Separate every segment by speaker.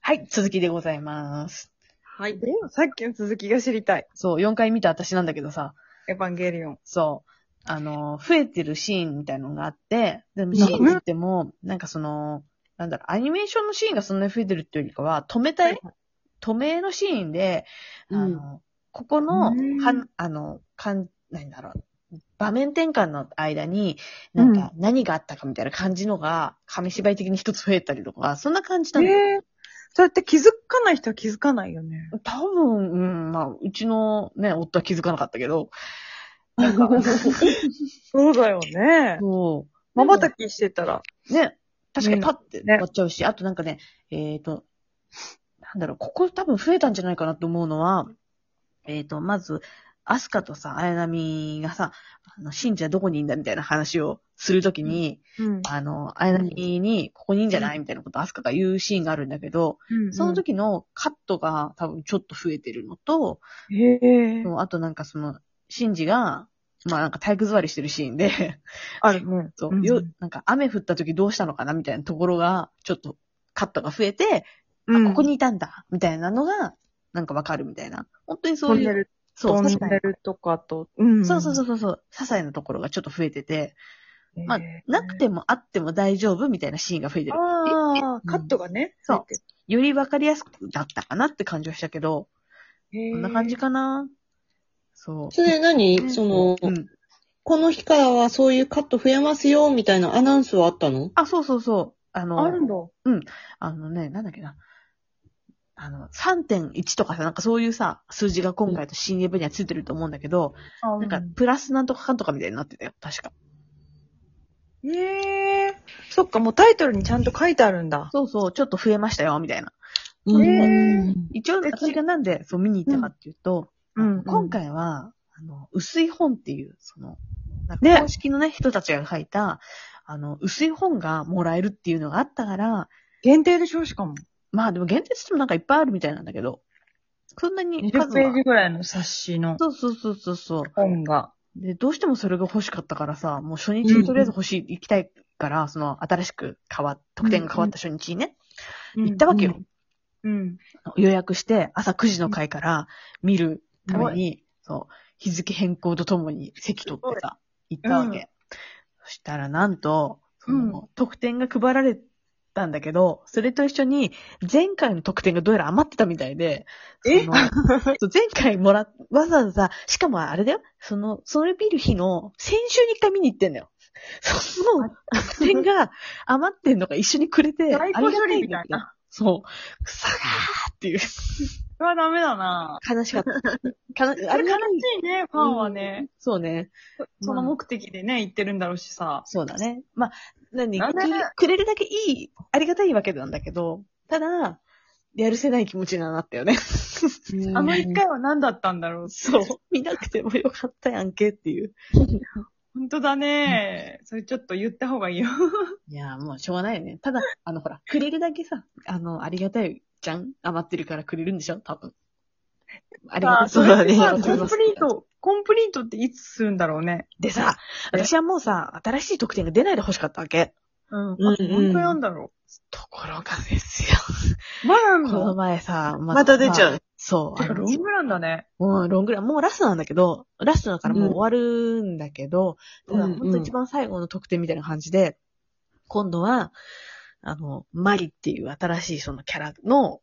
Speaker 1: はい、続きでございます。
Speaker 2: はい。では、さっきの続きが知りたい。
Speaker 1: そう、4回見た私なんだけどさ、
Speaker 2: エヴァンゲリオン。
Speaker 1: そう、あの、増えてるシーンみたいなのがあって、でもシーンって言っても、なんかその、なんだろう、アニメーションのシーンがそんなに増えてるっていうよりかは、止めたい、止めのシーンで、あの、ここの、は
Speaker 2: うん
Speaker 1: ん、あの、かん、なんだろう、場面転換の間に、なんか何があったかみたいな感じのが、紙芝居的に一つ増えたりとか、そんな感じな
Speaker 2: え
Speaker 1: んだよ
Speaker 2: えそうやって気づかない人は気づかないよね。
Speaker 1: 多分、うん、まあ、うちのね、夫は気づかなかったけど、なん か、
Speaker 2: そうだよね。
Speaker 1: そう。
Speaker 2: まばたきしてたら。
Speaker 1: ね、確かにパッて
Speaker 2: ね
Speaker 1: 終わっちゃうし、あとなんかね、えっ、と、なんだろう、ここ多分増えたんじゃないかなと思うのは、えっ、と、まず、アスカとさ、綾波がさ、あの、信者どこにいんだみたいな話をするときに、
Speaker 2: うん。
Speaker 1: あの、綾波に、ここにいんじゃないみたいなことをアスカが言うシーンがあるんだけど、その時のカットが多分ちょっと増えてるのと、
Speaker 2: うん。ええ
Speaker 1: そうあとなんかその、シンジが、まあなんか体育座りしてるシーンで、
Speaker 2: あるね。
Speaker 1: そう、
Speaker 2: ん
Speaker 1: よ、なんか雨降った時どうしたのかなみたいなところが、ちょっとカットが増えて、
Speaker 2: うん
Speaker 1: あここにいたんだみたいなのが、なんかわかるみたいな。本当にそ
Speaker 2: ト
Speaker 1: う
Speaker 2: ン
Speaker 1: い
Speaker 2: ネ
Speaker 1: う、
Speaker 2: ル、
Speaker 1: そう、
Speaker 2: トン
Speaker 1: 確
Speaker 2: ネ
Speaker 1: かに。
Speaker 2: ルとかと。うん
Speaker 1: そうそうそうそう、些細なところがちょっと増えてて、
Speaker 2: う
Speaker 1: まあ
Speaker 2: ええ
Speaker 1: なくてもあっても大丈夫みたいなシーンが増えてる。
Speaker 2: ああ、カットがね。
Speaker 1: そう
Speaker 2: ついて
Speaker 1: よりわかりやすくなったかなって感じはしたけど、
Speaker 2: る。
Speaker 1: こ
Speaker 2: こ
Speaker 1: んな感じかな。そう。
Speaker 3: それ何、
Speaker 2: うん
Speaker 3: その、
Speaker 1: うん。
Speaker 3: この日からはそういうカット増えますよ、みたいなアナウンスはあったの
Speaker 1: あ、そうそうそう。あの、
Speaker 2: あるんだ。
Speaker 1: あのね、なんだっけな。あの、3.1とかさ、なんかそういうさ、数字が今回と新エブにはついてると思うんだけど、なんか、プラスなんとかかんとかみたいになってたよ、確か。
Speaker 2: ええそっか、もうタイトルにちゃんと書いてあるんだ。
Speaker 1: そうそう、ちょっと増えましたよ、みたいな。
Speaker 3: う
Speaker 2: え
Speaker 3: ん。
Speaker 1: 一応、
Speaker 2: え
Speaker 1: 私がなんでそう見に行ったかっていうと、
Speaker 2: うん
Speaker 1: あの今回は、あの、薄い本っていう、その、なん
Speaker 2: ね
Speaker 1: か公式のね、人たちが書いた、あの、薄い本がもらえるっていうのがあったから、
Speaker 2: 限定でしょ、しかも。
Speaker 1: まあでも限定してもなんかいっぱいあるみたいなんだけど、そんなに
Speaker 2: 20
Speaker 1: 数
Speaker 2: ペー
Speaker 1: は
Speaker 2: ジ。ぐらいの冊子の
Speaker 1: そうそうそうそうそう。
Speaker 2: 本が。
Speaker 1: で、どうしてもそれが欲しかったからさ、もう初日にとりあえず欲しい、行きたいから、その、新しく変わっ、特典が変わった初日にね、行ったわけよ。
Speaker 2: うん。
Speaker 1: 予約して、朝9時の回から見るために、そう、日付変更とともに席取ってさ、行ったわけ。
Speaker 2: うん
Speaker 1: そしたら、なんと、そ
Speaker 2: うん
Speaker 1: の、特典が配られたんだけど、それと一緒に、前回の特典がどうやら余ってたみたいで、
Speaker 2: え
Speaker 1: そのそう前回もらっ、わざわざ、しかもあれだよ、その、それ見る日の、先週に一回見に行ってんだよ。その、特典が余ってんのが一緒にくれて、あ
Speaker 2: 在
Speaker 1: り
Speaker 2: 庫
Speaker 1: が
Speaker 2: 処理
Speaker 1: たいん
Speaker 2: みた
Speaker 1: だ
Speaker 2: い
Speaker 1: けど
Speaker 2: な。
Speaker 1: そう。くさがーっていう。
Speaker 2: それはダメだな
Speaker 1: 悲しかった。かな
Speaker 2: あ
Speaker 1: あ
Speaker 2: れ
Speaker 1: れ
Speaker 2: 悲
Speaker 1: が
Speaker 2: しいね、ファンはね。
Speaker 1: そうね。
Speaker 2: その目的でね、言ってるんだろうしさ。
Speaker 1: そうだね。まあ、何
Speaker 2: なんだ
Speaker 1: くれくれるだけいい、ありがたいわけなんだけど、ただ、やるせない気持ちにはなったよね。
Speaker 2: あの一回は何だったんだろ う。
Speaker 1: そう。見なくてもよかったやんけっていう。
Speaker 2: 本当だね。それちょっと言った方がい いよ。
Speaker 1: いやー、もうしょうがないよね。ただ、あの、ほら、くれるだけさ、あの、ありがたいじゃん余ってるからくれるんでしょ多分。ありがたい。
Speaker 3: そうだね
Speaker 2: さ
Speaker 1: ありがと
Speaker 2: コ
Speaker 1: う
Speaker 2: ン
Speaker 1: ござ
Speaker 2: プ
Speaker 1: います
Speaker 2: リート、コンプリートっていつするんだろうね。
Speaker 1: でさ、私はもうさ、新しい特典が出ないで欲しかったわけ。
Speaker 2: うん。あ
Speaker 3: うんうん
Speaker 2: 本当読んだろ
Speaker 1: ところがですよ。
Speaker 2: う。まだあ ん
Speaker 1: この
Speaker 2: の
Speaker 1: 前さ、ま
Speaker 3: また出ちゃう。
Speaker 1: そう。
Speaker 2: て
Speaker 1: あ
Speaker 2: か
Speaker 1: の
Speaker 2: ロングランだね。
Speaker 1: もうロングラン、もうラストなんだけど、ラストだからもう
Speaker 3: うん
Speaker 1: 終わるんだけど、
Speaker 3: うん
Speaker 1: ただ本当一番最後の得点みたいな感じで、今度は、あの、マリっていう新しいそのキャラの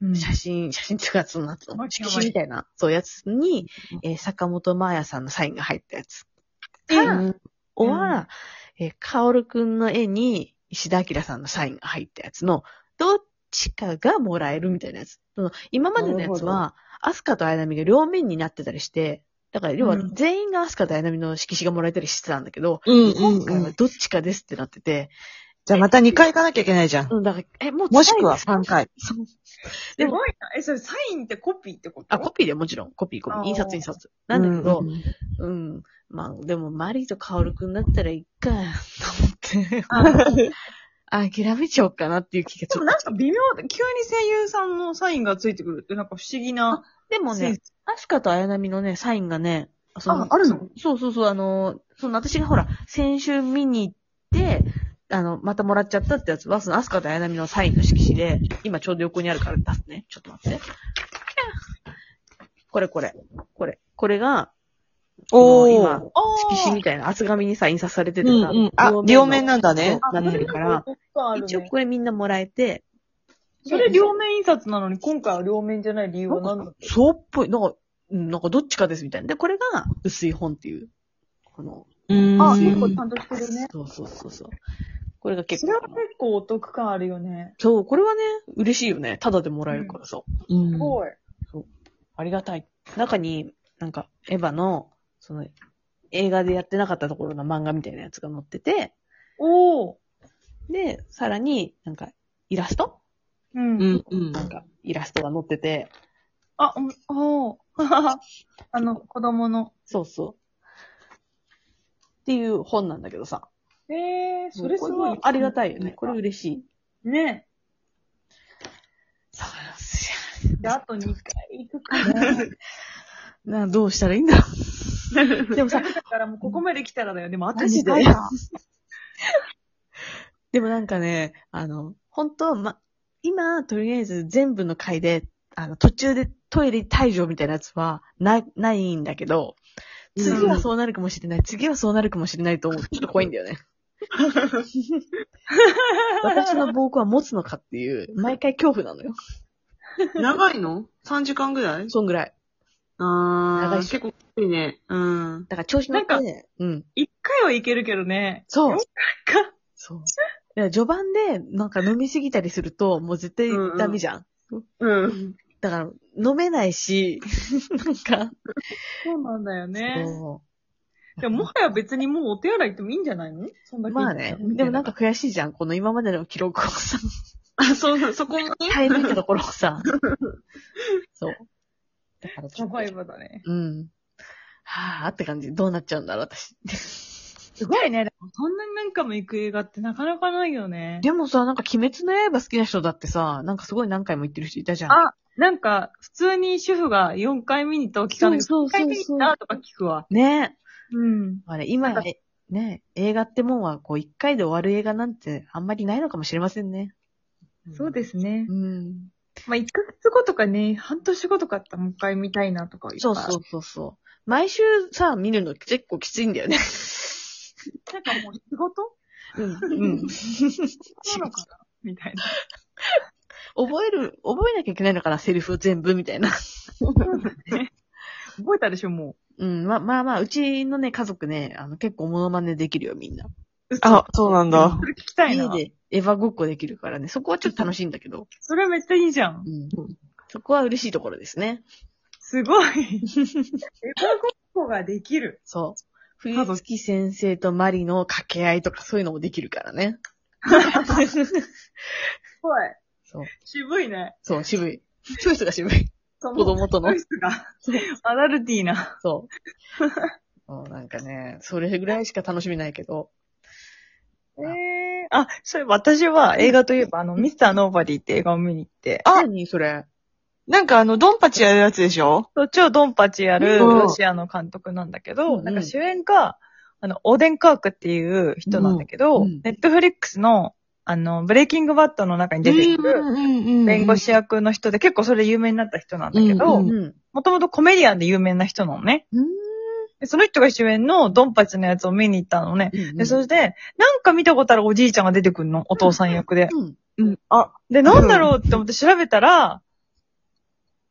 Speaker 2: うん
Speaker 1: 写真、写真っていうか、その、なんつうの
Speaker 2: マリ
Speaker 1: 色紙みたいな、そうやつに、えー坂本真綾さんのサインが入ったやつ。
Speaker 2: か
Speaker 1: おは、えーカオルくんの絵に石田明さんのサインが入ったやつの、どっちかがもらえるみたいなやつ。その今までのやつ
Speaker 3: な
Speaker 1: は、アスカとアイナミが両面になってたりして、だから要は
Speaker 2: うん
Speaker 1: 全員がアスカとアイナミの色紙がもらえたりしてたんだけど、
Speaker 3: うんうん
Speaker 1: 今
Speaker 3: う
Speaker 1: 回は
Speaker 3: ん。
Speaker 1: どっちかですってなってて、
Speaker 3: じゃあまた2回行かなきゃいけないじゃん。
Speaker 1: うん、だから、え、もう
Speaker 3: もしくは3回。
Speaker 1: そう
Speaker 2: すごいな。え、それサインってコピーってこと
Speaker 1: あ、コピーでもちろん、コピー、コピ
Speaker 2: あ
Speaker 1: ー、
Speaker 2: ー
Speaker 1: 印刷、印刷。なんだけど
Speaker 3: う、ん
Speaker 1: うん、まあ、でも、マリとカオルくんだったらいっか、と思って、諦めちゃおうかなっていう気がち
Speaker 2: で
Speaker 1: ょ
Speaker 2: も
Speaker 1: っと
Speaker 2: なん。か微妙で、急に声優さんのサインがついてくるって、なんか不思議な。
Speaker 1: でも
Speaker 2: セン
Speaker 1: ね、アスカと綾波のね、サインがね、そ
Speaker 2: ああるの
Speaker 1: そうそうそう、あの、その私がほら、先週見に行って、あの、またもらっちゃったってやつは、そのアスカと綾波のサインの色紙で、今ちょうど横にあるから出すね。ちょっと待って。これこれ。これ。これが、
Speaker 3: お
Speaker 1: この
Speaker 3: ー。
Speaker 1: 今、
Speaker 2: あ
Speaker 1: 色紙みたいな厚紙にさ、印刷されてて
Speaker 3: うん
Speaker 1: さ、
Speaker 3: うん。あ、両面なんだ
Speaker 1: そう
Speaker 3: ね。
Speaker 1: なってるから、一
Speaker 2: 一
Speaker 1: 応
Speaker 2: 応、
Speaker 1: これみんなもらえて、
Speaker 2: それ両面印刷なのに、今回は両面じゃない理由は何だっ
Speaker 1: そうっぽい、なんか、うんなんかどっちかですみたいな。で、これが薄い本っていう、この、
Speaker 3: うーん。
Speaker 2: たあ、結構ちゃんとしてるね。
Speaker 1: そうそうそうそう。これが結
Speaker 2: それ
Speaker 1: 構
Speaker 2: は、結構お得感あるよね。
Speaker 1: そう、これはね、嬉しいよね。タダでもらえるからさ。
Speaker 3: うん
Speaker 2: すごい。
Speaker 1: ありがたい。中に、なんか、エヴァの、その、映画でやってなかったところの漫画みたいなやつが載ってて、
Speaker 2: おー。
Speaker 1: で、さらに、なんか、イラスト
Speaker 2: う。
Speaker 3: うんん、うん。
Speaker 1: なんか、イラストが載ってて、
Speaker 2: あ、うん、おー。 あの、子供の。
Speaker 1: そうそう。っていう本なんだけどさ。
Speaker 2: えー、それすご
Speaker 1: こ
Speaker 2: い
Speaker 1: れ。ありがたいよね。これ嬉しい。
Speaker 2: ね。
Speaker 1: そうなんですよ。
Speaker 2: で、あと2回行くから。
Speaker 1: な、どうしたらいいんだろう。でもさ、
Speaker 2: だからもうここまで来たらだよ。でも、あと
Speaker 1: マジ
Speaker 2: 2
Speaker 1: で
Speaker 2: 回か。
Speaker 1: でもなんかね、あの、本当ま、今、とりあえず全部の回で、あの、途中でトイレ退場みたいなやつは、な、ないんだけど、次はそうなるかもしれない、次はそうなるかもしれないと 思う。ちょっと怖いんだよね。私の膀胱は持つのかっていう、毎回恐怖なのよ。
Speaker 3: 長いの ?3 時間ぐらい
Speaker 1: そんぐらい。
Speaker 3: あ
Speaker 1: 長
Speaker 3: ー、
Speaker 1: いっし
Speaker 3: 結構きついね。うん。
Speaker 1: だから調子乗ってね、うん。
Speaker 2: 1回はいけるけどね。
Speaker 1: そう。
Speaker 2: か
Speaker 1: そう。だから序盤で、なんか飲みすぎたりすると、もう絶対ダメじゃん。
Speaker 3: うん。
Speaker 1: だから、飲めない し、なんか、
Speaker 2: そうなんだよね。
Speaker 1: そう
Speaker 2: でも、もはや別にもうお手洗い行ってもいいんじゃないのそんだけ。
Speaker 1: まあね。でもなんか、悔しいじゃん。この今までの記録を さ、
Speaker 3: あ、そう、そこもね。
Speaker 1: 耐え抜いたところを さ。そう。だからちょ
Speaker 2: サ
Speaker 1: っと
Speaker 2: バイバーだね。
Speaker 1: うん。はぁ、って感じ。どうなっちゃうんだろう、私。
Speaker 2: すごいね。でもそんなに何回も行く映画ってなかなかないよね。
Speaker 1: でもさ、なんか鬼滅の刃好きな人だってさ、なんかすごい何回も言ってる人いたじゃん。
Speaker 2: あなんか、普通に主婦が4回見に行ったと聞かないけど、
Speaker 1: そうそうそうそう
Speaker 2: 1回見に行ったとか聞くわ。
Speaker 1: ねえ。
Speaker 2: うん。
Speaker 1: あれ、今やね、ねえ映画ってもんは、こう、一回で終わる映画なんてあんまりないのかもしれませんね。。
Speaker 2: そうですすね。
Speaker 1: うん。
Speaker 2: まあ、1ヶ月後とかね、半年後とかあったらもう一回見たいなとかいっぱい
Speaker 1: そうそうそうそう。毎週さ、見るの結構きついんだよね。
Speaker 2: なんかもう仕事
Speaker 1: うん。うん。
Speaker 2: なのかなみたいな。
Speaker 1: 覚える、覚えなきゃいけないのかな、セリフを全部みたいな。
Speaker 2: 覚えたでしょ、も
Speaker 1: うん、ま、まあまあ、うちのね、家族ね、あの、結構モノマネできるよ、みんな。
Speaker 2: う。嘘
Speaker 3: あ、、そうなんだ。
Speaker 2: それ聞きたい
Speaker 1: 家
Speaker 2: な。
Speaker 1: でエヴァごっこできるからね、そこはちょっと楽しいんだけど。
Speaker 2: それめっちゃいいじゃん
Speaker 1: う。ん。そこは嬉しいところですね。
Speaker 2: すごい。エヴァごっこができる。
Speaker 1: そう。
Speaker 2: 家
Speaker 1: 冬
Speaker 2: 族
Speaker 1: 月先生とマリの掛け合いとかそういうのもできるから ね。
Speaker 2: すごい。
Speaker 1: そう。
Speaker 2: 渋いね。
Speaker 1: そう、渋い。チョイスが渋い。
Speaker 2: そ
Speaker 1: 子
Speaker 2: の
Speaker 1: 供との
Speaker 2: ボイ。スが、 アダルティーな。
Speaker 1: そう。もうなんかね、それぐらいしか楽しみないけど。
Speaker 2: ええあ、それ私は映画といえば、あの、ミスターノーバディって映画を見に行って、
Speaker 1: あ何それ。
Speaker 3: なんかあの、ドンパチやるやつでしょ
Speaker 2: そう超ドンパチやる
Speaker 3: うん
Speaker 2: ロシアの監督なんだけど、
Speaker 1: うん
Speaker 2: なんか主演が、あの、オーデンカークっていう人なんだけど、
Speaker 1: うんうん
Speaker 2: ネットフリックスの、あの、ブレイキングバットの中に出てくる
Speaker 3: ん
Speaker 2: 弁護士役の人で、結構それ有名になった人なんだけ
Speaker 3: う
Speaker 2: ど、
Speaker 3: ん
Speaker 1: うん。
Speaker 2: もともとコメディアンで有名な人なのね。でその人が主演のドンパチのやつを見に行ったのね。で、それで、なんか見たことあるおじいちゃんが出てくるの、お父さん役で。
Speaker 1: うん。
Speaker 3: うん。あ、
Speaker 2: で、なんだろうって思って調べたら、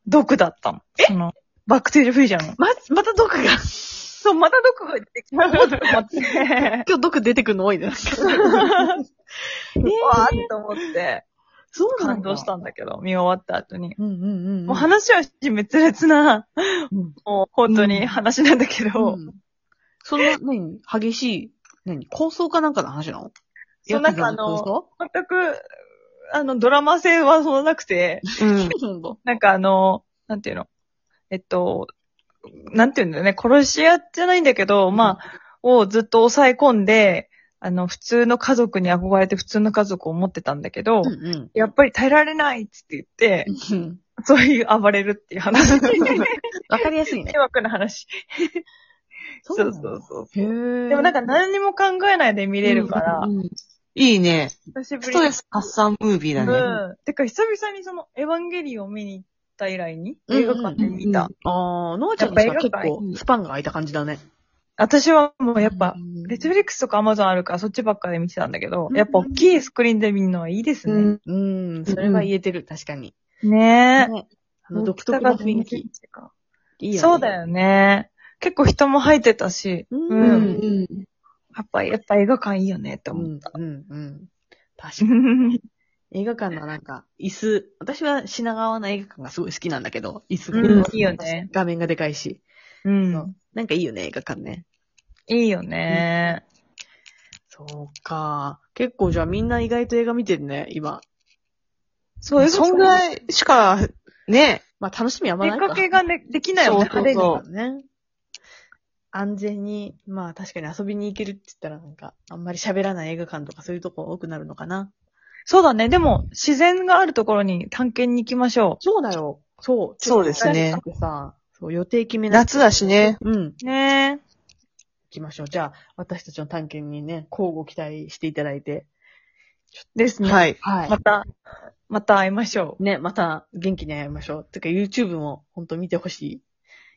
Speaker 2: 毒だったの。その、バックトゥージフュージャンの。
Speaker 1: ま、また毒が、今
Speaker 2: そう、また毒が出てき たと思って。
Speaker 1: 日毒出てくるの多いね。
Speaker 2: えー、わーって思って、
Speaker 1: そうなん
Speaker 2: 感
Speaker 1: だ
Speaker 2: 動し。たんだけど、見終わった後に。
Speaker 1: うんうんうん。
Speaker 2: もう話は滅裂な、
Speaker 1: うん
Speaker 2: もう本当に話なんだけど、
Speaker 1: うんその、何激しい、何構想かなんかの話なの
Speaker 2: そうなんかあの
Speaker 1: ヤクザ構
Speaker 2: 全く、あの、ドラマ性はそのなくて、
Speaker 3: うん。
Speaker 1: 想そうなんだ。
Speaker 2: なんかあの、なんていうの、えっと、なんていうんだよね、殺し屋じゃないんだけど、まあ、をずっと抑え込んで、あの、普通の家族に憧れて普通の家族を持ってたんだけ
Speaker 1: う
Speaker 2: ど、
Speaker 1: んうん
Speaker 2: やっぱり耐えられないっつって言って、
Speaker 1: うん。
Speaker 2: そういう暴れるっていう話。
Speaker 1: わかりやすいね
Speaker 2: 迷。惑な話。そう
Speaker 1: なんだ
Speaker 2: そうそう。
Speaker 1: へー
Speaker 2: でもなんか、何にも考えないで見れるから、
Speaker 3: うんいいね。
Speaker 2: 久しぶ
Speaker 3: ス
Speaker 2: り
Speaker 3: トレス発散ムービーだね。
Speaker 2: うん。てか、久々にその、エヴァンゲリオンを見に行った以来に、
Speaker 1: うんうん
Speaker 2: 映
Speaker 1: うん
Speaker 2: 画館で見た。
Speaker 1: あー、のあちゃんですか
Speaker 2: やっぱ映
Speaker 1: 結
Speaker 2: 画館
Speaker 1: 構スパンが空いた感じだね。
Speaker 2: 私はもうやっぱ、
Speaker 1: うん
Speaker 2: レトフリックスとかアマゾンあるから、そっちばっかで見てたんだけど
Speaker 1: う、ん
Speaker 2: やっぱ大きいスクリーンで見るのはいいですね。
Speaker 1: うん、それは言えてる、確かに。
Speaker 2: ねえ。
Speaker 1: ねあの、独特な雰囲気。いいよね。
Speaker 2: そうだよね。結構人も入ってたし、
Speaker 1: う
Speaker 2: うんん。
Speaker 3: うん
Speaker 1: う
Speaker 3: うん。
Speaker 2: やっぱ、やっぱ映画館いいよねって
Speaker 1: う
Speaker 2: 思っ
Speaker 1: ん、
Speaker 2: た。
Speaker 1: うん、うん。確かに。映画館のなんか、椅子、私は品川の映画館がすごい好きなんだけど、椅子が、
Speaker 2: うんいいよね
Speaker 1: 画面がでかいし。
Speaker 2: うん。
Speaker 1: そうなんかいいよね、映画館ね。
Speaker 2: いいよね。
Speaker 1: そうか。結構じゃあみんな意外と映画見てるね、今。
Speaker 2: そう、
Speaker 3: そんぐ
Speaker 2: い。
Speaker 3: らいしか、ね。
Speaker 1: まあ楽しみはあんま
Speaker 2: 出
Speaker 1: ないか。
Speaker 2: かけがね、できないよね、
Speaker 3: そうそうそう
Speaker 2: 派手に
Speaker 1: そうね。安全に、まあ確かに遊びに行けるって言ったらなんか、あんまり喋らない映画館とかそういうとこ多くなるのかな。
Speaker 2: そうだね。でも、自然があるところに探検に行きましょ
Speaker 1: そうだよ。そう。
Speaker 3: そうですね
Speaker 1: ちょっとさ、そう、予定決めないと
Speaker 3: 夏だしね。
Speaker 1: うん。行
Speaker 2: う。ね
Speaker 1: きましょう。じゃあ、私たちの探検にね、交互期待していただいて。
Speaker 2: ですね。
Speaker 3: はい。
Speaker 1: は
Speaker 2: また、また会いましょう。
Speaker 1: ね、また元気に会いましょう。てか YouTube も本当見てほし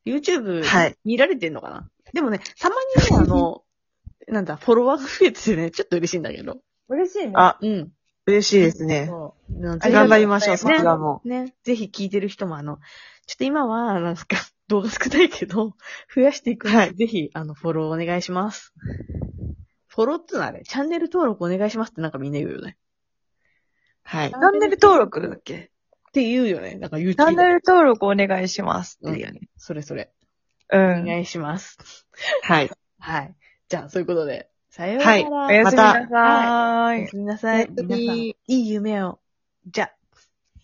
Speaker 1: い。YouTube
Speaker 3: はい
Speaker 1: 見られてんのかな、でもね、たまにね、あ の、なんだ、フォロワーが増えててね、ちょっと嬉しいんだけど。
Speaker 2: 嬉しいね
Speaker 3: あ
Speaker 1: うん。
Speaker 3: 嬉しいですね。
Speaker 1: そうなんか
Speaker 2: ありがとうご
Speaker 3: 頑
Speaker 2: ざ
Speaker 3: 張
Speaker 2: い
Speaker 3: りましょう、そちらも。
Speaker 1: ね、ぜひ聞いてる人もあの、ちょっと今は、なんすか、動画少 ないけど、増やしていくので、
Speaker 3: はい
Speaker 1: ぜひ、あの、フォローお願いします。フォローってのはあれ、チャンネル登録お願いしますってなんかみんな言うよね。
Speaker 3: はい
Speaker 2: チ。ャンネル登録だっけ
Speaker 1: って言うよね。なんか YouTube。
Speaker 2: チャンネル登録お願いしますっていうね。
Speaker 1: それそれ。
Speaker 2: う
Speaker 1: お
Speaker 2: ん。
Speaker 1: 願いします。
Speaker 3: はい。
Speaker 1: はい。じゃあ、そういうことで。さようなら。
Speaker 3: はい
Speaker 2: おやすみなさ
Speaker 1: ま
Speaker 2: ー
Speaker 1: お
Speaker 2: い
Speaker 1: や。すみなさい。
Speaker 3: おやすみ
Speaker 1: 皆さん、いい夢を。じゃあ。